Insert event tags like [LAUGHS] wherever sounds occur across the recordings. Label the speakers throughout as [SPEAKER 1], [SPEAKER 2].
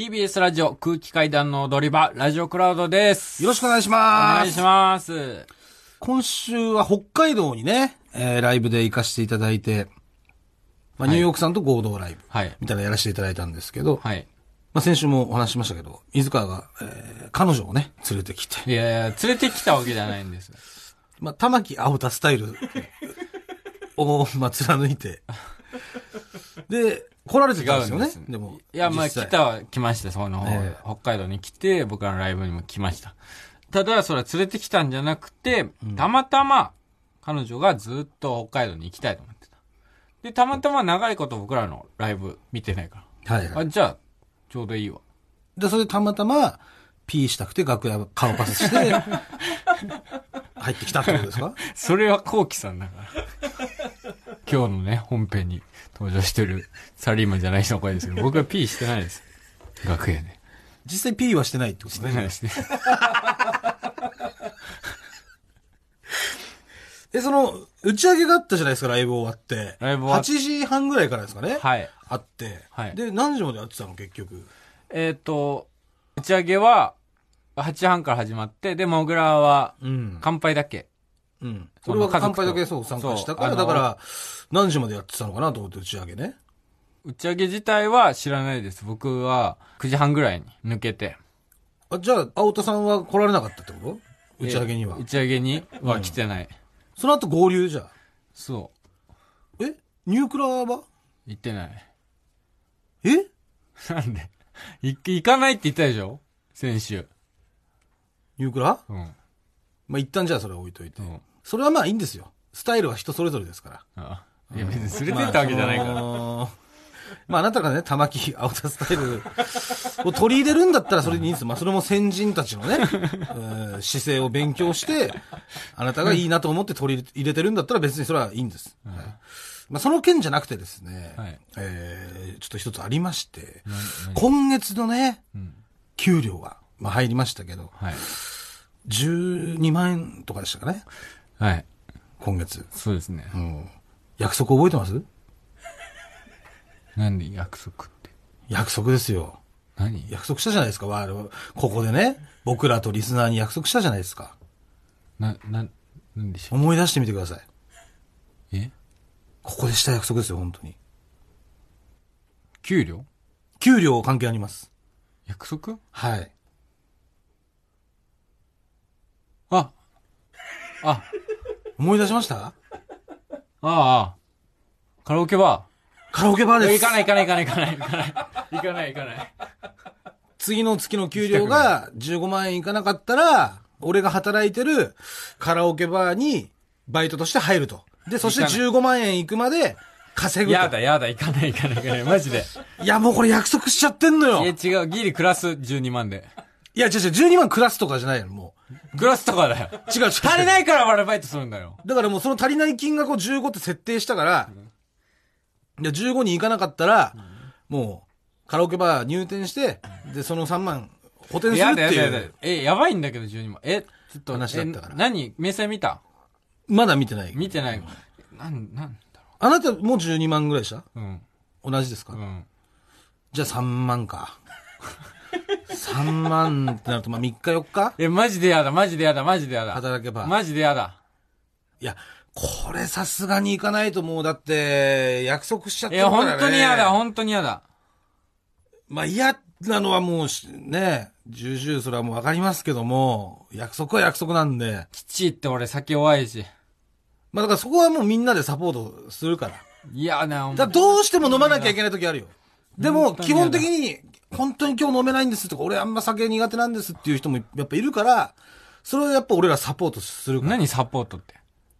[SPEAKER 1] TBS ラジオ空気階段の踊り場、ラジオクラウドです。
[SPEAKER 2] よろしくお願いし
[SPEAKER 1] お
[SPEAKER 2] ます。
[SPEAKER 1] 願いします。
[SPEAKER 2] 今週は北海道にね、えーライブで行かせていただいて、まあ、ニューヨークさんと合同ライブ、
[SPEAKER 1] はい。
[SPEAKER 2] みたいなのやらせていただいたんですけど、
[SPEAKER 1] はい。
[SPEAKER 2] まあ、先週もお話ししましたけど、水川が、えー彼女をね、連れてきて、
[SPEAKER 1] いやいや、連れてきたわけじゃないんです。
[SPEAKER 2] まあ、玉木青田スタイルを、 [LAUGHS] まあ、貫いて、で、来られてたんですよね。
[SPEAKER 1] 違うんです
[SPEAKER 2] でも、
[SPEAKER 1] いや、まあ、
[SPEAKER 2] 実際
[SPEAKER 1] 来たは来ました、その、
[SPEAKER 2] ええ
[SPEAKER 1] 北海道に来て、僕らのライブにも来ました。ただ、それは連れてきたんじゃなくて、たまたま、彼女がずっと北海道に行きたいと思ってた。で、たまたま長いこと僕らのライブ見てないか
[SPEAKER 2] はい、
[SPEAKER 1] ら。あ、じゃあ、ちょうどいいわ。
[SPEAKER 2] で、それでたまたま、ピーしたくて楽屋顔パス
[SPEAKER 1] [LAUGHS]
[SPEAKER 2] して、入ってきたってことですか
[SPEAKER 1] それはコウキさんだから。今日のね、本編に登場してるサラリーマンじゃない人の声ですけど、僕は P してないです。楽屋で。
[SPEAKER 2] 実際ピーはしてないってこと
[SPEAKER 1] し
[SPEAKER 2] ね
[SPEAKER 1] て。ないですね。
[SPEAKER 2] え、その、打ち上げがあったじゃないですか、ライブ終わって。
[SPEAKER 1] ライブ終わっ
[SPEAKER 2] 8時半ぐらいからですかね。
[SPEAKER 1] はい。
[SPEAKER 2] あって。
[SPEAKER 1] はい
[SPEAKER 2] で、何時までやってたの、結局。
[SPEAKER 1] えっ、と、打ち上げは、8時半から始まって、で、モグラは、
[SPEAKER 2] うん。
[SPEAKER 1] 乾杯だけ。
[SPEAKER 2] うん。
[SPEAKER 1] そ
[SPEAKER 2] 俺
[SPEAKER 1] の
[SPEAKER 2] は
[SPEAKER 1] 家族と
[SPEAKER 2] 乾杯だけそう参加したか
[SPEAKER 1] そ
[SPEAKER 2] ら、
[SPEAKER 1] うあの
[SPEAKER 2] だから、何時までやってたのかなと思って、打ち上げね。
[SPEAKER 1] 打ち上げ自体は知らないです。僕は、9時半ぐらいに抜けて。
[SPEAKER 2] あ、じゃあ、青田さんは来られなかったってこと打ち上げには
[SPEAKER 1] えー打。ち上げには来てない。
[SPEAKER 2] その後合流じゃあ。
[SPEAKER 1] そ
[SPEAKER 2] えニュークラは
[SPEAKER 1] う。行ってない。
[SPEAKER 2] え
[SPEAKER 1] なんで行行かないって言ったでしょ先週。
[SPEAKER 2] ニュークラ
[SPEAKER 1] うん。
[SPEAKER 2] まあ、一旦じゃあそれは置いといて
[SPEAKER 1] う。ん。
[SPEAKER 2] それはまあいいんですよ。スタイルは人それぞれですから。
[SPEAKER 1] ああいや別に連れてったわけじゃないか
[SPEAKER 2] まあ
[SPEAKER 1] ら。
[SPEAKER 2] そのまあ、あなたがね、玉木青田スタイルを取り入れるんだったらそれでいいんですよ。まあ、それも先人たちのね、うん姿勢を勉強して、あなたがいいなと思って取り入れてるんだったら別にそれはいいんです。はいまあ、その件じゃなくてですね、
[SPEAKER 1] はい
[SPEAKER 2] えーちょっと一つありまして、
[SPEAKER 1] なな
[SPEAKER 2] 今月のね、
[SPEAKER 1] うん
[SPEAKER 2] 給料が、まあ、入りましたけど、
[SPEAKER 1] はい。
[SPEAKER 2] 12万円とかでしたかね、
[SPEAKER 1] はい。
[SPEAKER 2] 今月。
[SPEAKER 1] そうですね。
[SPEAKER 2] うん約束覚えてます
[SPEAKER 1] なんで約束って。
[SPEAKER 2] 約束ですよ。
[SPEAKER 1] 何
[SPEAKER 2] 約束したじゃないですか、我々はここでね、僕らとリスナーに約束したじゃないですか。
[SPEAKER 1] な、な、なんでしょう
[SPEAKER 2] 思い出してみてください。
[SPEAKER 1] え
[SPEAKER 2] ここでした約束ですよ、本当に。
[SPEAKER 1] 給料
[SPEAKER 2] 給料関係あります。
[SPEAKER 1] 約束
[SPEAKER 2] はい。
[SPEAKER 1] あ、あ、
[SPEAKER 2] 思い出しました
[SPEAKER 1] ああ、カラオケバ
[SPEAKER 2] カラオケバー
[SPEAKER 1] ー。いや
[SPEAKER 2] で
[SPEAKER 1] 行
[SPEAKER 2] す。
[SPEAKER 1] かない行かない行かない行かない行かない行かない。
[SPEAKER 2] 次の月の給料が15万円いかなかったら、俺が働いてるカラオケバーにバイトとして入ると。で、そして
[SPEAKER 1] 行か
[SPEAKER 2] 15万円いくまで稼ぐと。
[SPEAKER 1] やだやだ行かない行かない行かない。マジで。
[SPEAKER 2] いや、もうこれ約束しちゃってんのよ。
[SPEAKER 1] いや違う、ギリクラス12万で。
[SPEAKER 2] いや、違う違う、12万クラスとかじゃないよ、も
[SPEAKER 1] クラスとかだよ。
[SPEAKER 2] う。違う違う。
[SPEAKER 1] 足りないから俺バイトするんだよ。
[SPEAKER 2] だからもうその足りない金額を15って設定したから、いや15に行かなかったら、もうカラオケバー入店して、で、その3万補填する
[SPEAKER 1] や
[SPEAKER 2] って
[SPEAKER 1] だやだ
[SPEAKER 2] い
[SPEAKER 1] やだ
[SPEAKER 2] う。。
[SPEAKER 1] え、やばいんだけど12万。え、ちょっと、
[SPEAKER 2] 話だったから
[SPEAKER 1] え何明細見た
[SPEAKER 2] まだ見てない。
[SPEAKER 1] 見てない。なん、なんだ
[SPEAKER 2] あなたもう12万ぐらいでした
[SPEAKER 1] ろう。うん。
[SPEAKER 2] 同じですか、
[SPEAKER 1] うん。
[SPEAKER 2] じゃあ3万か。3万ってなると、まあ3日4日
[SPEAKER 1] え、マジでやだ、マジでやだ、マジでやだ。
[SPEAKER 2] 働けば。
[SPEAKER 1] マジでやだ。
[SPEAKER 2] いや、これさすがに行かないともうだって、約束しちゃっ
[SPEAKER 1] い
[SPEAKER 2] てる
[SPEAKER 1] や、
[SPEAKER 2] から、ね。
[SPEAKER 1] 本当にやだ、本当にやだ。
[SPEAKER 2] まあ嫌なのはもうしね、重々それはもうわかりますけども、約束は約束なんで、
[SPEAKER 1] きちいって俺酒弱いし。
[SPEAKER 2] まあだからそこはもうみんなでサポートするから。だか
[SPEAKER 1] いやな、お前
[SPEAKER 2] らどうしても飲まなきゃいけない時あるよ。でも
[SPEAKER 1] 本当に
[SPEAKER 2] 基
[SPEAKER 1] 嫌だ
[SPEAKER 2] 本的に、本当に今日飲めないんですとか、俺あんま酒苦手なんですっていう人もやっぱいるから、それはやっぱ俺らサポートするから。
[SPEAKER 1] 何サポートって。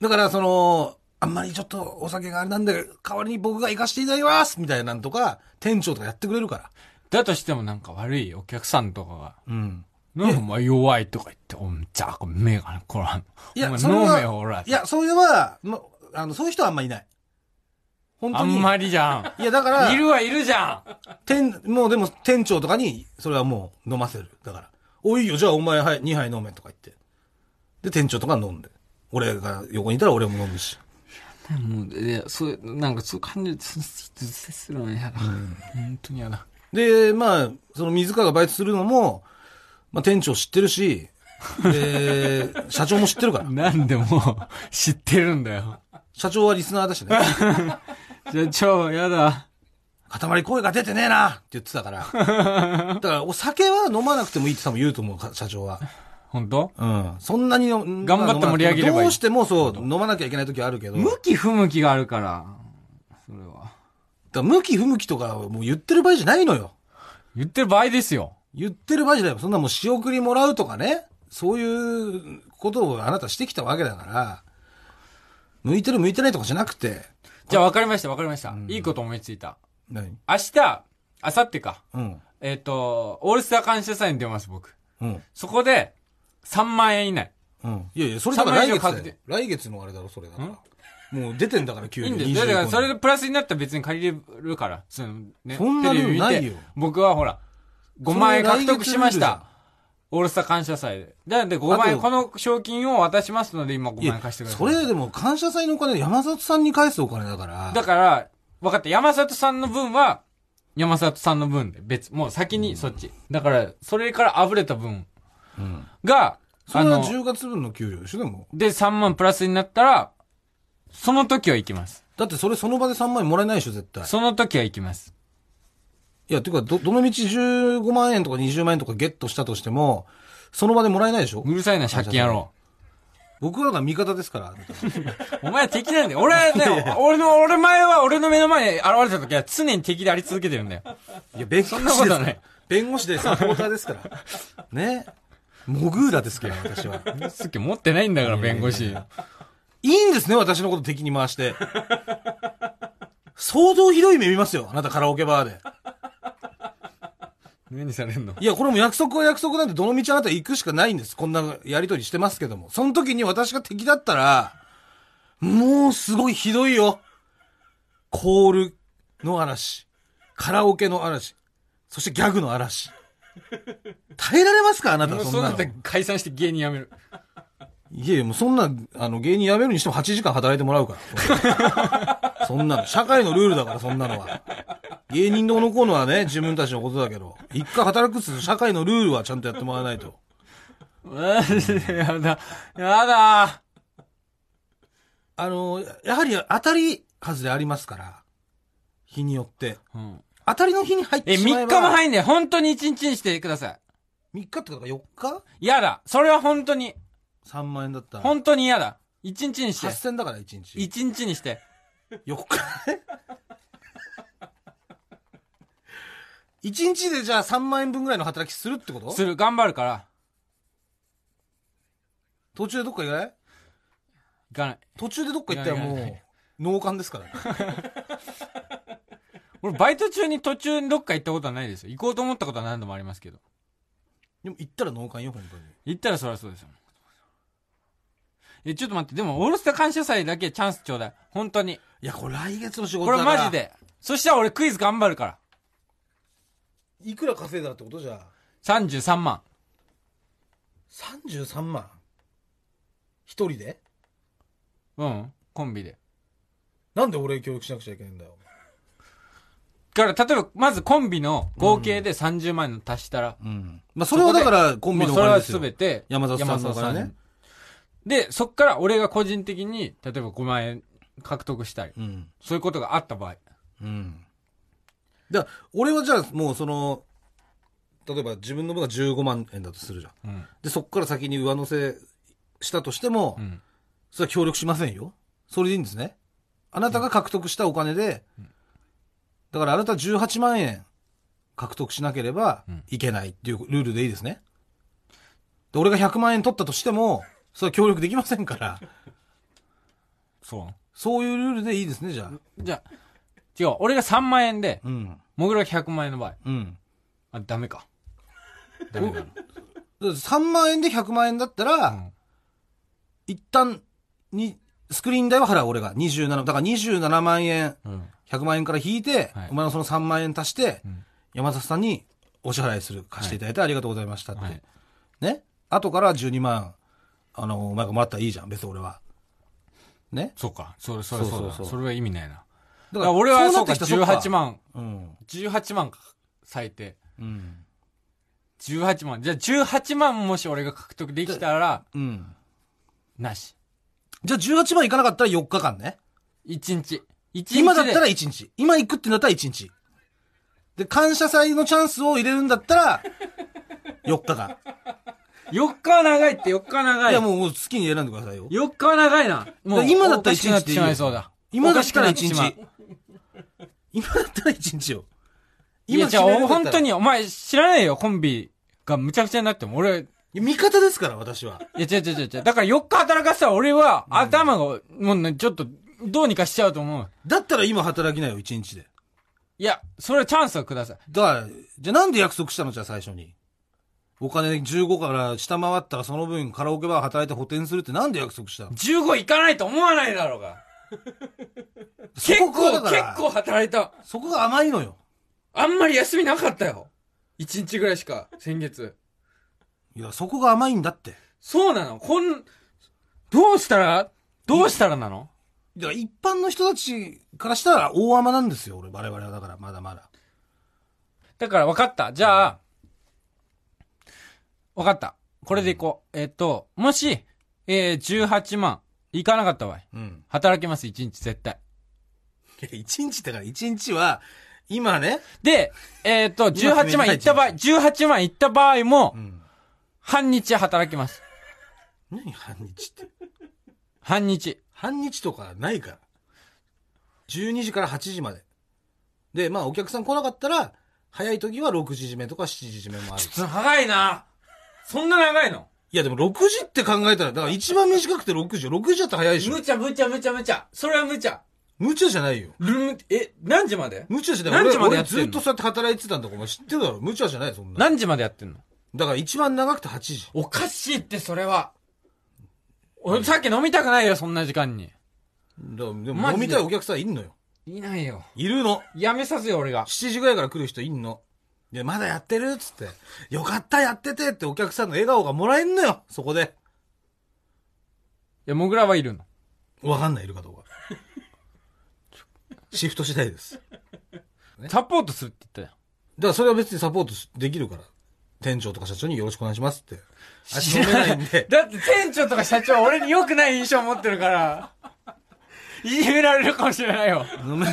[SPEAKER 2] だからその、あんまりちょっとお酒があれなんで、代わりに僕が行かせていただきますみたいなんとか、店長とかやってくれるから。
[SPEAKER 1] だとしてもなんか悪いお客さんとかが、
[SPEAKER 2] うん。
[SPEAKER 1] なんかお前弱いとか言って、おんじゃあ、目がこらん。
[SPEAKER 2] い
[SPEAKER 1] お
[SPEAKER 2] や、
[SPEAKER 1] 前
[SPEAKER 2] それ
[SPEAKER 1] 飲
[SPEAKER 2] は、
[SPEAKER 1] めよ、ほら。
[SPEAKER 2] いや、そういうのは、ま、あの、そういう人はあんまいない。本
[SPEAKER 1] あ
[SPEAKER 2] 当に。
[SPEAKER 1] んまりじゃ
[SPEAKER 2] いや、だか
[SPEAKER 1] ん。い
[SPEAKER 2] ら、
[SPEAKER 1] るはいるじゃん。
[SPEAKER 2] 店、もうでも店長とかに、それはもう飲ませる。だから、おいいよ、じゃあお前はい2杯飲めとか言って。で、店長とか飲んで。俺が横にいたら俺も飲むし。
[SPEAKER 1] もう、いや、そう、なんか、そういう感じ、すすすするの嫌だ。本当に嫌だ。
[SPEAKER 2] で、まあ、その水川がバイトするのも、まあ、店長知ってるし、で、社長も知ってるから。
[SPEAKER 1] なんでもう、知ってるんだよ。
[SPEAKER 2] 社長はリスナーだしね。
[SPEAKER 1] じゃあ、超やだ。
[SPEAKER 2] 塊声が出てねえなって言って
[SPEAKER 1] [LAUGHS]
[SPEAKER 2] たから。だから、お酒は飲まなくてもいいって多分言うと思う、か社長は。
[SPEAKER 1] 本当
[SPEAKER 2] うん。そんなにの頑
[SPEAKER 1] 頑張って盛り上げればいい
[SPEAKER 2] どうしてもそう、飲まなきゃいけない時あるけど。
[SPEAKER 1] 向き不向きがあるから。それは。
[SPEAKER 2] だから向き不向きとかもう言ってる場合じゃないのよ。
[SPEAKER 1] 言ってる場合ですよ。
[SPEAKER 2] 言ってる場合じゃないよ。そんなもう仕送りもらうとかね。そういうことをあなたしてきたわけだから。向いてる向いてないとかじゃなくて。
[SPEAKER 1] じゃあ、わかりました、わかりました。いいこと思いついた。
[SPEAKER 2] 何
[SPEAKER 1] 明日、明後日か。
[SPEAKER 2] うん。
[SPEAKER 1] えっ、と、オールスター感謝祭に出ます、僕。
[SPEAKER 2] うん。
[SPEAKER 1] そこで、3万円以内。
[SPEAKER 2] うん。いやいや、それだから来
[SPEAKER 1] 三枚以上確
[SPEAKER 2] 月だよ
[SPEAKER 1] 定。
[SPEAKER 2] 来月のあれだろ、それだから。もう出てんだから、
[SPEAKER 1] い
[SPEAKER 2] 急に。
[SPEAKER 1] いんです
[SPEAKER 2] 25
[SPEAKER 1] だから、
[SPEAKER 2] に
[SPEAKER 1] それでプラスになったら別に借りれるから。そのね
[SPEAKER 2] そんなの
[SPEAKER 1] テレビ見て
[SPEAKER 2] ないよ
[SPEAKER 1] 僕はほら、5万円
[SPEAKER 2] それ
[SPEAKER 1] 獲得しました。オールスター感謝祭で。なんで5万
[SPEAKER 2] あ
[SPEAKER 1] 円、
[SPEAKER 2] と
[SPEAKER 1] この賞金を渡しますので今5
[SPEAKER 2] い
[SPEAKER 1] 万円
[SPEAKER 2] や
[SPEAKER 1] 貸してください。
[SPEAKER 2] それでも感謝祭のお金、山里さんに返すお金だから。
[SPEAKER 1] だから、分かった。山里さんの分は、山里さんの分で、別、もう先にそっち。だから、それから溢れた分
[SPEAKER 2] うん。
[SPEAKER 1] が、
[SPEAKER 2] そ
[SPEAKER 1] あ
[SPEAKER 2] れは
[SPEAKER 1] の、
[SPEAKER 2] 10月分の給料でしょ、でも。
[SPEAKER 1] で3万プラスになったら、その時は行きます。
[SPEAKER 2] だってそれその場で3万円もらえないでしょ、絶対。
[SPEAKER 1] その時は行きます。
[SPEAKER 2] いや、ていうか、ど、どの道15万円とか20万円とかゲットしたとしても、その場でもらえないでしょ
[SPEAKER 1] うるさいな、借金野
[SPEAKER 2] [LAUGHS]
[SPEAKER 1] 郎。
[SPEAKER 2] 僕らが味方です
[SPEAKER 1] [LAUGHS]
[SPEAKER 2] から。
[SPEAKER 1] お前は敵なんだよ。俺はね、俺の、俺前は、俺の目の前に現れた時は常に敵であり続けてるんだよ。
[SPEAKER 2] いや、弁護士
[SPEAKER 1] んなことはない
[SPEAKER 2] 弁護士でサポーターですから。
[SPEAKER 1] [LAUGHS]
[SPEAKER 2] ね。モグーラですから、私は。
[SPEAKER 1] すっげえ持ってないんだから、弁護士。
[SPEAKER 2] いいんですね、私のこと敵に回して。相当ひどい目見ますよ、あなたカラオケバーで。
[SPEAKER 1] 何されんの
[SPEAKER 2] いや、これも約束は約束なんで、どの道あなた行くしかないんです。こんなやりとりしてますけども。その時に私が敵だったら、もうすごいひどいよ。コールの嵐、カラオケの嵐、そしてギャグの嵐。耐えられますかあなた
[SPEAKER 1] もう
[SPEAKER 2] そ
[SPEAKER 1] そうん
[SPEAKER 2] な
[SPEAKER 1] なった
[SPEAKER 2] の。
[SPEAKER 1] ら
[SPEAKER 2] い
[SPEAKER 1] 解散して芸人辞め
[SPEAKER 2] [LAUGHS]
[SPEAKER 1] る。
[SPEAKER 2] やいや、もうそんな、あの、芸人辞めるにしても8時間働いてもらうから。 [LAUGHS] そんなの。社会のルールだから、そんなのは。芸人どうのこうのはね、自分たちのことだけど、一回働くっつう社会のルールはちゃんとやってもらわないと。
[SPEAKER 1] マジでやだ。やだ。
[SPEAKER 2] あの、やはり当たり数でありますから、日によって。
[SPEAKER 1] うん
[SPEAKER 2] 当たりの日に入っ
[SPEAKER 1] え、
[SPEAKER 2] てしまえ
[SPEAKER 1] 3
[SPEAKER 2] ば
[SPEAKER 1] 日も入んねえ。本当に1日にしてくださ
[SPEAKER 2] 3日ってことか4日
[SPEAKER 1] い。やだ。それは本当に。
[SPEAKER 2] ?3 万円だったら。
[SPEAKER 1] 本当に嫌だ。1日にして。
[SPEAKER 2] 8000だから1日。
[SPEAKER 1] 1日にして。
[SPEAKER 2] 4日ね ?1 日でじゃあ3万円分ぐらいの働きするってこと
[SPEAKER 1] する。頑張るから。
[SPEAKER 2] 途中でどっか行かない
[SPEAKER 1] 行かない。
[SPEAKER 2] 途中でどっか行ったらも
[SPEAKER 1] いやいうやいや、
[SPEAKER 2] 農幹ですからね。
[SPEAKER 1] 俺、バイト中に途中にどっか行ったことはないですよ。行こうと思ったことは何度もありますけど。
[SPEAKER 2] でも行ったら農幹よ、本当に。
[SPEAKER 1] 行ったらそりゃそうですよ。え、ちょっと待って。でも、オールスター感謝祭だけチャンスちょうだい。本当に。
[SPEAKER 2] いや、これ来月の仕
[SPEAKER 1] こ
[SPEAKER 2] 事だ
[SPEAKER 1] れ
[SPEAKER 2] から。
[SPEAKER 1] マジ。で。そしたら俺クイズ頑張るから。
[SPEAKER 2] いくら稼いだってことじゃあ。
[SPEAKER 1] 33万。
[SPEAKER 2] 33万。一人で
[SPEAKER 1] うん。コンビで。
[SPEAKER 2] なんで俺協力しなくちゃいけないんだよ。
[SPEAKER 1] だから、例えば、まずコンビの合計で30万円の足したら、
[SPEAKER 2] うん。まあ、それはだからコンビの
[SPEAKER 1] も
[SPEAKER 2] お
[SPEAKER 1] うそれ
[SPEAKER 2] 金
[SPEAKER 1] は
[SPEAKER 2] ですよ。
[SPEAKER 1] 全て
[SPEAKER 2] 山里さんのお
[SPEAKER 1] 山
[SPEAKER 2] 金
[SPEAKER 1] 里
[SPEAKER 2] ね。
[SPEAKER 1] にで、そっから俺が個人的に、例えば5万円獲得したり、
[SPEAKER 2] うん。
[SPEAKER 1] そういうことがあった場合。
[SPEAKER 2] うん。だから俺はじゃあもうその、例えば自分の分が15万円だとするじゃん。
[SPEAKER 1] うん。
[SPEAKER 2] で、そこから先に上乗せしたとしても、
[SPEAKER 1] うん。
[SPEAKER 2] それは協力しませんよ。それでいいんですね。あなたが獲得したお金で、だからあなた18万円獲得しなければ
[SPEAKER 1] うん
[SPEAKER 2] いけないっていうルールでいいですね。で、俺が100万円取ったとしても、それは協力できませんから、
[SPEAKER 1] そ
[SPEAKER 2] そういうルールでいいですね、じゃあ。
[SPEAKER 1] う。じゃあ、違う、俺が3万円で、
[SPEAKER 2] うん。
[SPEAKER 1] もぐらが100万円の場合。
[SPEAKER 2] うん。
[SPEAKER 1] あ、ダメか。ダメだな。
[SPEAKER 2] 3万円で100万円だったら、
[SPEAKER 1] うん
[SPEAKER 2] 一旦に、スクリーン代は払う俺が。27、だから27万円、
[SPEAKER 1] うん。
[SPEAKER 2] 100万円から引いて、
[SPEAKER 1] はい
[SPEAKER 2] お前のその3万円足して、
[SPEAKER 1] うん
[SPEAKER 2] 山里さんにお支払いする、貸していただいてありがとうございましたって。
[SPEAKER 1] はい。
[SPEAKER 2] ね。後から12万、あの、お前がもらったらいいじゃん、別に俺は。ね。
[SPEAKER 1] そうか。それ、それ、
[SPEAKER 2] そう
[SPEAKER 1] そ
[SPEAKER 2] そうう
[SPEAKER 1] だ。
[SPEAKER 2] そう
[SPEAKER 1] それは意味ないな。だ
[SPEAKER 2] だ
[SPEAKER 1] から俺は、
[SPEAKER 2] な
[SPEAKER 1] そう
[SPEAKER 2] って
[SPEAKER 1] か、
[SPEAKER 2] きたらそっか
[SPEAKER 1] 18。万。
[SPEAKER 2] うん。
[SPEAKER 1] 18万か。最低。
[SPEAKER 2] うん。
[SPEAKER 1] 18万。じゃあ18万もし俺が獲得できたら、
[SPEAKER 2] うん。
[SPEAKER 1] なし。
[SPEAKER 2] じゃあ18万いかなかったら4日間ね。
[SPEAKER 1] 1日。一日で
[SPEAKER 2] 今だったら1日。今行くってなったら1日。で、感謝祭のチャンスを入れるんだっ
[SPEAKER 1] [LAUGHS]
[SPEAKER 2] たら、4日間。
[SPEAKER 1] 4日は長いって、4日は長い。
[SPEAKER 2] いや、もう好きに選んでくださいよ。
[SPEAKER 1] 4日は長いな。もう、
[SPEAKER 2] 今だったら一日でい
[SPEAKER 1] おかしく
[SPEAKER 2] いよ
[SPEAKER 1] なってしまいそうだ。
[SPEAKER 2] 今だったら1
[SPEAKER 1] おかしくなってし
[SPEAKER 2] 日
[SPEAKER 1] まう。。
[SPEAKER 2] 今だったら1日よ。
[SPEAKER 1] いや、じゃあ、
[SPEAKER 2] 決めるんだっ
[SPEAKER 1] 本
[SPEAKER 2] たら
[SPEAKER 1] 当。に、お前知らないよ、コンビがむちゃくちゃになっても。俺、い
[SPEAKER 2] いや味方ですから、私は。
[SPEAKER 1] や、違う違う違う違う。だから4日働かせたら俺は、頭が、もうね、ちょっと、どうにかしちゃうと思う。
[SPEAKER 2] だったら今働きなよ、1日で。
[SPEAKER 1] いや、それはチャンスはください。
[SPEAKER 2] だから、じゃあなんで約束したのじゃあ最初に。お金15から下回ったらその分カラオケバー働いて補填するってなんで約束したの
[SPEAKER 1] 15いかないと思わないだろうが。
[SPEAKER 2] そ
[SPEAKER 1] 結
[SPEAKER 2] こ
[SPEAKER 1] 構、
[SPEAKER 2] がだ
[SPEAKER 1] 結
[SPEAKER 2] から
[SPEAKER 1] 構働いた。
[SPEAKER 2] そこが甘いのよ。
[SPEAKER 1] あんまり休みなかったよ。1日ぐらいしか、先月。
[SPEAKER 2] いや、そこが甘いんだって。
[SPEAKER 1] そうなのこん、どうしたらどうしたらなの
[SPEAKER 2] だから一般の人たちからしたら大甘なんですよ、俺、我々は。だから、まだまだ。
[SPEAKER 1] だから分かった。じゃあ、分かった。これでいこう。えっと、もし、えー、18万、いかなかった場合、
[SPEAKER 2] うん。
[SPEAKER 1] 働きます、1日絶対。
[SPEAKER 2] [LAUGHS] 一日だから、一日は、今ね。
[SPEAKER 1] で、えっと、
[SPEAKER 2] 今決
[SPEAKER 1] 18
[SPEAKER 2] めな
[SPEAKER 1] 万
[SPEAKER 2] い
[SPEAKER 1] いった場合、18万いった場合も
[SPEAKER 2] う、ん。
[SPEAKER 1] 半日働きます。
[SPEAKER 2] 何半日って。
[SPEAKER 1] 半日。
[SPEAKER 2] 半日とかないから。12時から8時まで。で、まあ、お客さん来なかったら、早い時は6時締めとか7時締めもある。
[SPEAKER 1] 長いなそんな長いの
[SPEAKER 2] いや、でも6時って考えたら、だから一番短くて6時よ。6時だったら早いでしょ
[SPEAKER 1] 無。茶無茶無茶無茶。それは無茶。
[SPEAKER 2] 無茶じゃないよ。
[SPEAKER 1] ルーム、え、何時まで
[SPEAKER 2] 無茶じゃない。
[SPEAKER 1] 何時
[SPEAKER 2] 俺
[SPEAKER 1] までや
[SPEAKER 2] 俺
[SPEAKER 1] ってんの
[SPEAKER 2] ずっとそうやって働いてたんだから、お前知ってるだろ。無茶じゃない、そんな。
[SPEAKER 1] 何時までやってんの
[SPEAKER 2] だから一番長くて8時。
[SPEAKER 1] おかしいって、それは。俺、さっき飲みたくないよ、そんな時間に。
[SPEAKER 2] だからで
[SPEAKER 1] マ
[SPEAKER 2] も
[SPEAKER 1] ジ
[SPEAKER 2] 飲
[SPEAKER 1] で
[SPEAKER 2] みたいお客さんいんのよ。
[SPEAKER 1] いないよ。
[SPEAKER 2] いるの。
[SPEAKER 1] やめさせよ、俺が。
[SPEAKER 2] 7時ぐらいから来る人いんの。で、まだやってるっつって。よかった、やっててってお客さんの笑顔がもらえんのよ。そこで。
[SPEAKER 1] いや、モグラはいるの。
[SPEAKER 2] わかんない、いるか [LAUGHS] どうか。シフト次第です。だか
[SPEAKER 1] サポートするって言ったよ。
[SPEAKER 2] らそれは別にサポートできるから。店長とか社長によろしくお願いしますって。足止めないんで。
[SPEAKER 1] だって店長とか社長は俺に良くない印象持ってるから、いじめられるかもしれないよ。
[SPEAKER 2] 飲め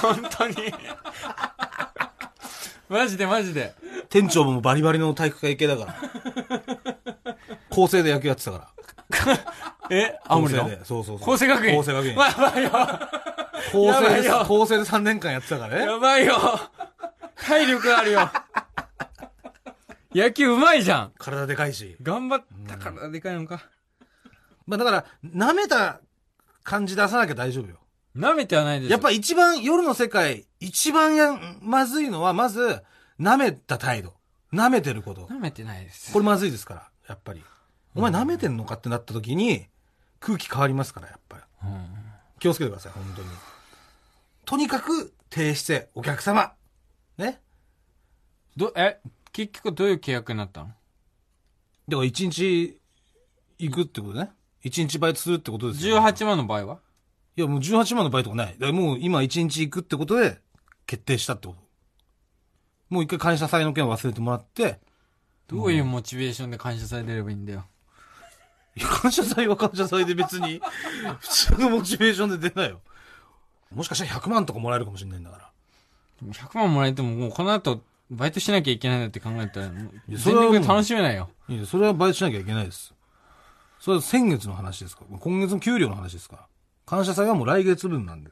[SPEAKER 1] 本当に。マジでマジで。
[SPEAKER 2] 店長もバリバリの体育会系だから。高生で野球やってたから。
[SPEAKER 1] え青森
[SPEAKER 2] 高
[SPEAKER 1] の
[SPEAKER 2] 生でそうそうそう。
[SPEAKER 1] 厚生学院。
[SPEAKER 2] 厚生学院。
[SPEAKER 1] やばいよ。
[SPEAKER 2] 高
[SPEAKER 1] やば
[SPEAKER 2] 生
[SPEAKER 1] い
[SPEAKER 2] で、
[SPEAKER 1] よ
[SPEAKER 2] 高生で3年間やってたからね。
[SPEAKER 1] やばいよ。体力あるよ。野球うまいじゃん。
[SPEAKER 2] 体でかいし。
[SPEAKER 1] 頑張ったからでかいのか。
[SPEAKER 2] まあだから、舐めた感じ出さなきゃ大丈夫よ。
[SPEAKER 1] 舐めてはないですよ。
[SPEAKER 2] やっぱ一番、夜の世界、一番やまずいのは、まず、舐めた態度。舐めてること。
[SPEAKER 1] 舐めてないです。
[SPEAKER 2] これまずいですから、やっぱり。お前舐めてんのかってなった時に、空気変わりますから、やっぱり。気をつけてください、本当に。とにかく、低姿勢、お客様。ね。
[SPEAKER 1] ど、え、結局どういう契約になったの
[SPEAKER 2] だから一日、行くってことね。一日バイトするってことですよ。
[SPEAKER 1] ?18 万の場合はい
[SPEAKER 2] や、もう18万のバイトがない。だからもう今1日行くってことで、決定したってこと。もう一回感謝祭の件忘れてもらって、
[SPEAKER 1] どういうモチベーションで感謝されてればいいんだよ。
[SPEAKER 2] いや感謝祭は感謝祭で別に、 [LAUGHS] 普通のモチベーションで出ないよ。もしかしたら100万とかもらえるかもしれないんだから。
[SPEAKER 1] 100万もらえても、もうこの後、バイトしなきゃいけないんだって考えたら、もう
[SPEAKER 2] いやそ
[SPEAKER 1] 全
[SPEAKER 2] れはもう
[SPEAKER 1] 力で楽しめないよ。
[SPEAKER 2] いや、それはバイトしなきゃいけないです。それは先月の話ですから。今月の給料の話ですから。感謝祭はもう来月分なんで。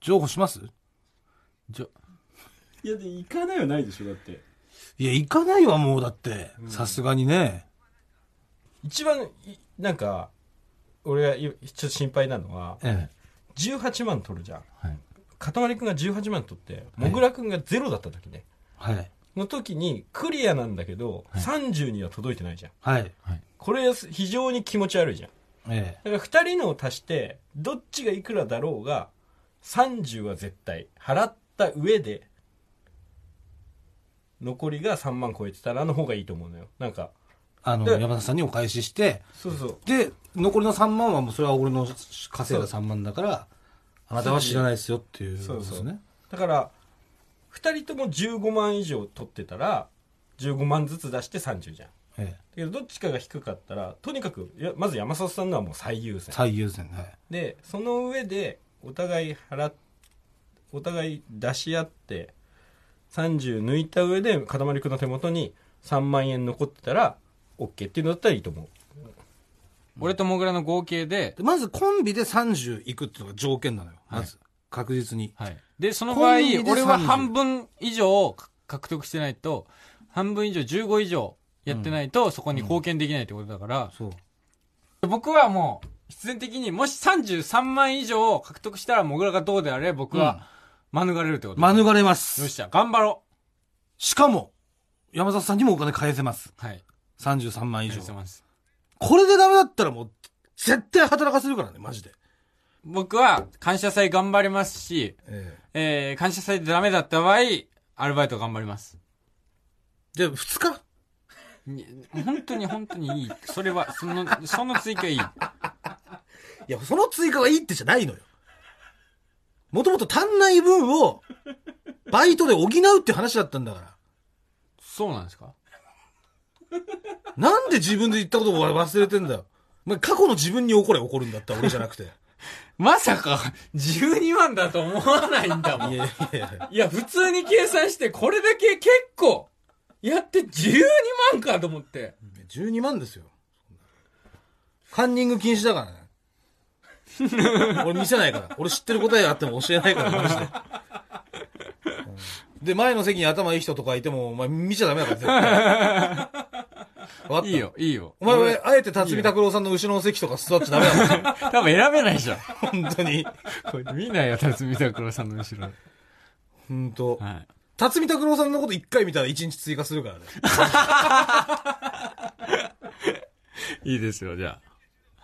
[SPEAKER 2] 譲歩します
[SPEAKER 1] じゃ、
[SPEAKER 3] いやで行かないはないでしょだって
[SPEAKER 2] いや、行かないわ、もう、だって。さすがにね。
[SPEAKER 3] 一番いなんか俺がいちょっと心配なのは
[SPEAKER 2] え
[SPEAKER 3] 18万取るじゃん
[SPEAKER 2] え。はい。
[SPEAKER 3] かたまり君が18万取ってもぐら君がゼロだった時ね
[SPEAKER 2] はい。
[SPEAKER 3] の時にクリアなんだけど、30には届いてないじゃん
[SPEAKER 2] はい。
[SPEAKER 3] これ非常に気持ち悪いじゃん
[SPEAKER 2] ええ。
[SPEAKER 3] だから2人のを足してどっちがいくらだろうが30は絶対払った上で残りが3万超えてたらの方がいいと思うのよなんか
[SPEAKER 2] あの、
[SPEAKER 3] で
[SPEAKER 2] 山田さんにお返しして、
[SPEAKER 3] そうそう
[SPEAKER 2] で、残りの3万はもう、それは俺の稼いだ3万だから、あなたは知らないですよっていうこ
[SPEAKER 3] そ
[SPEAKER 2] と
[SPEAKER 3] う
[SPEAKER 2] ですね。
[SPEAKER 3] そうだから2人とも15万以上取ってたら15万ずつ出して30じゃんだ
[SPEAKER 2] ええ
[SPEAKER 3] けどどっちかが低かったらとにかくいやまず山里さんのはもう最優先
[SPEAKER 2] 最優先ね。
[SPEAKER 3] でその上でお互い払っお互い出し合って30抜いた上で塊くんの手元に3万円残ってたら OK っていうのだったらいいと思う
[SPEAKER 1] 俺とモグラの合計で、
[SPEAKER 2] でまずコンビで30いくっていうのが条件なのよ。まず。確実に。
[SPEAKER 1] はい。で、その場合、
[SPEAKER 2] コンビで30
[SPEAKER 1] 俺は半分以上獲得してないと、半分以上、15以上やってないと、そこに貢献できないってことだから、
[SPEAKER 2] そう。
[SPEAKER 1] 僕はもう、必然的にもし33万以上獲得したら、モグラがどうであれ、僕は免れるってこと。
[SPEAKER 2] 免れま
[SPEAKER 1] よっ
[SPEAKER 2] す。
[SPEAKER 1] しゃ、頑張ろ
[SPEAKER 2] しかも、山里さんにもお金返せます。
[SPEAKER 1] う。はい。
[SPEAKER 2] 33万以
[SPEAKER 1] ありがとうござ。
[SPEAKER 2] 上
[SPEAKER 1] います
[SPEAKER 2] これでダメだったらもう、絶対働かせるからね、マジで。
[SPEAKER 1] 僕は、感謝祭頑張りますし、
[SPEAKER 2] ええ。
[SPEAKER 1] えー、感謝祭でダメだった場合、アルバイト頑張ります。
[SPEAKER 2] じゃあ、2日
[SPEAKER 1] に本当に本当にいい。それは、その、その追加いい。
[SPEAKER 2] いや、その追加がいいってじゃないのよ。もともと足んない分を、バイトで補うって話だったんだから。
[SPEAKER 1] そうなんですか
[SPEAKER 2] なんで自分で言ったことを忘れてんだよ。お前過去の自分に怒れ怒るんだったら俺じゃなくて。い
[SPEAKER 1] [LAUGHS] まさか、12万だと思わないんだもん。
[SPEAKER 2] やい
[SPEAKER 1] い
[SPEAKER 2] やいや。
[SPEAKER 1] や、普通に計算して、これだけ結構、やって12万かと思って。
[SPEAKER 2] 12万ですよ。カンニング禁止だからね。俺見せないから。俺知ってる答えがあっても教えないから、マジで。うんで、前の席に頭いい人とかいても、お前見ちゃダメだから、絶対。わかった
[SPEAKER 1] いい。よ、いいよ。
[SPEAKER 2] お前は、あえて辰巳拓郎さんの後ろの席とか座っちゃダメだもん。
[SPEAKER 1] 多分選べないじゃん。
[SPEAKER 2] 本当に。
[SPEAKER 1] これ見ないよ、辰巳拓郎さんの後ろ。
[SPEAKER 2] 本当。
[SPEAKER 1] はい。
[SPEAKER 2] 辰巳拓郎さんのこと一回見たら一日追加するからね。
[SPEAKER 1] いいですよ、じゃあ。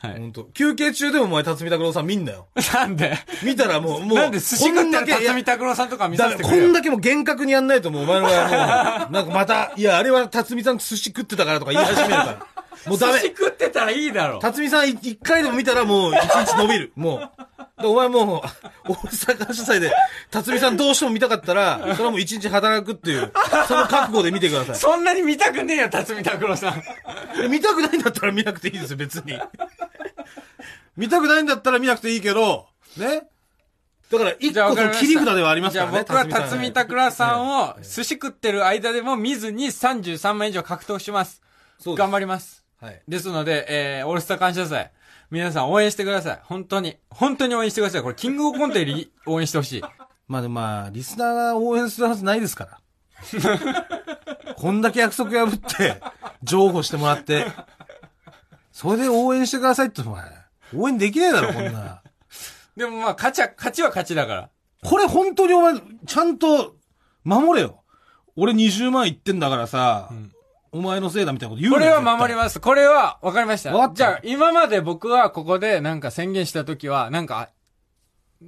[SPEAKER 1] はい。
[SPEAKER 2] 本当。休憩中でもお前辰巳拓郎さん見んなよ。
[SPEAKER 1] なんで
[SPEAKER 2] 見たらもう、もう。
[SPEAKER 1] なんで寿司食ってる辰
[SPEAKER 2] こんだけい
[SPEAKER 1] 巳
[SPEAKER 2] や
[SPEAKER 1] 拓郎さんとか見
[SPEAKER 2] ダ
[SPEAKER 1] さ
[SPEAKER 2] メ
[SPEAKER 1] せて
[SPEAKER 2] こ
[SPEAKER 1] くれ
[SPEAKER 2] ん
[SPEAKER 1] よ。
[SPEAKER 2] だけもう厳格にやんないともうお前の場合はもう、なんかまた、いや、あれは辰巳さん寿司食ってたからとか言い始めるから。もうダメ
[SPEAKER 1] 寿司。食ってたらいいだろ。
[SPEAKER 2] 辰巳さんい一回でも見たらもう一日伸びる。もう。でお前もう、大阪主催で、辰巳さんどうしても見たかったら、それはもう一日働くっていう、その覚悟で見てくださ
[SPEAKER 1] そんなに見たくねえよ、辰巳拓郎さん。
[SPEAKER 2] いで。見たくないんだったら見なくていいですよ、別に。見たくないんだったら見なくていいけど、ね。だから、 [LAUGHS] 一
[SPEAKER 1] じゃあ
[SPEAKER 2] 個
[SPEAKER 1] 分かりまし
[SPEAKER 2] その
[SPEAKER 1] た
[SPEAKER 2] 切り札ではあります
[SPEAKER 1] じ
[SPEAKER 2] か
[SPEAKER 1] ゃあ
[SPEAKER 2] らね。
[SPEAKER 1] 僕は
[SPEAKER 2] さ
[SPEAKER 1] 辰
[SPEAKER 2] ん
[SPEAKER 1] 巳拓郎さんを寿司食ってる間でも見ずに33万以上獲得します。
[SPEAKER 2] そうです
[SPEAKER 1] 頑張ります。
[SPEAKER 2] はい。
[SPEAKER 1] ですので、えー、オールスター感謝祭。皆さん応援してください。本当に。本当に応援してください。これ、キングオブコントより応援してほしい。
[SPEAKER 2] まあでもまあ、リスナーが応援するはずないですから。 [LAUGHS] こんだけ約束破って、譲歩してもらって、それで応援してくださいって、お前、応援できねえだろ、こんな。
[SPEAKER 1] でもまあ、勝ちは、勝ちは勝ちだから。
[SPEAKER 2] これ本当にお前、ちゃんと、守れよ。俺20万言ってんだからさ、お前のせいだみたいなこと言う
[SPEAKER 1] これは守り
[SPEAKER 2] す。
[SPEAKER 1] ます。これは、わかりまし
[SPEAKER 2] わか
[SPEAKER 1] た。
[SPEAKER 2] った
[SPEAKER 1] じゃあ、今まで僕はここでなんか宣言した時は、なんか、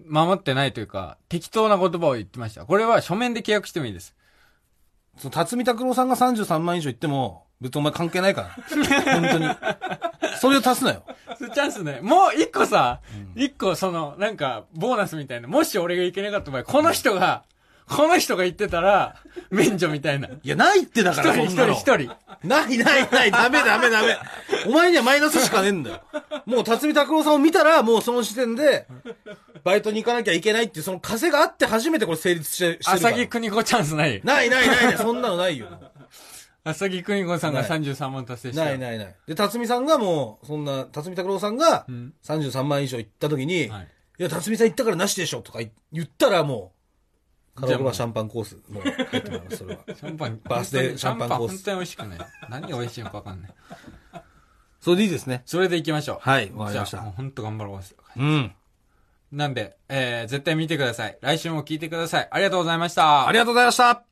[SPEAKER 1] 守ってないというか、適当な言葉を言ってました。これは書面で契約してもいいです。
[SPEAKER 2] その、辰巳拓郎さんが33万以上言っても、別にお前関係な
[SPEAKER 1] [LAUGHS]
[SPEAKER 2] いから。本当に。それを足すなよ。
[SPEAKER 1] そうチャンスね。もう一個さ、一、個その、なんか、ボーナスみたいな。もし俺が行けなかった場合、この人が、この人が行ってたら、免除みたいな。
[SPEAKER 2] いや、ないってだか
[SPEAKER 1] 一
[SPEAKER 2] ら、
[SPEAKER 1] 人
[SPEAKER 2] そ
[SPEAKER 1] 一
[SPEAKER 2] んな
[SPEAKER 1] 人
[SPEAKER 2] の
[SPEAKER 1] 一人。
[SPEAKER 2] ないないない、ダメダメダメ。お前にはマイナスしかねえんだよ。もう辰巳拓郎さんを見たら、もうその時点で、バイトに行かなきゃいけないっていう、その稼があって初めてこれ成立してしてるか
[SPEAKER 1] 浅
[SPEAKER 2] ら。
[SPEAKER 1] 木邦子チャンスない。
[SPEAKER 2] ないないないない、そんなのないよ。
[SPEAKER 1] 浅木邦子さんが33万達成した。
[SPEAKER 2] ないないない。で、辰巳さんがもう、そんな、辰巳拓郎さんが
[SPEAKER 1] ん、
[SPEAKER 2] 33万以上行った時に、
[SPEAKER 1] はいい、
[SPEAKER 2] や、辰巳さん行ったからなしでしょとか言ったら、もう、カラオケ
[SPEAKER 1] じゃあも
[SPEAKER 2] は
[SPEAKER 1] う
[SPEAKER 2] シャンパンコース、もう、入ってもらいます、それは。
[SPEAKER 1] シャンパン、
[SPEAKER 2] バースデーシャンパンコース
[SPEAKER 1] 本当に美味しくない。何が美味しいのかわかんない。
[SPEAKER 2] [LAUGHS] それでいいですね。
[SPEAKER 1] それで行きましょう。
[SPEAKER 2] はい、わかりまし
[SPEAKER 1] じゃあも
[SPEAKER 2] た
[SPEAKER 1] う。本当頑張ろう。
[SPEAKER 2] うん。
[SPEAKER 1] なんで、えー、絶対見てください。来週も聞いてください。ありがとうございました。
[SPEAKER 2] ありがとうございました。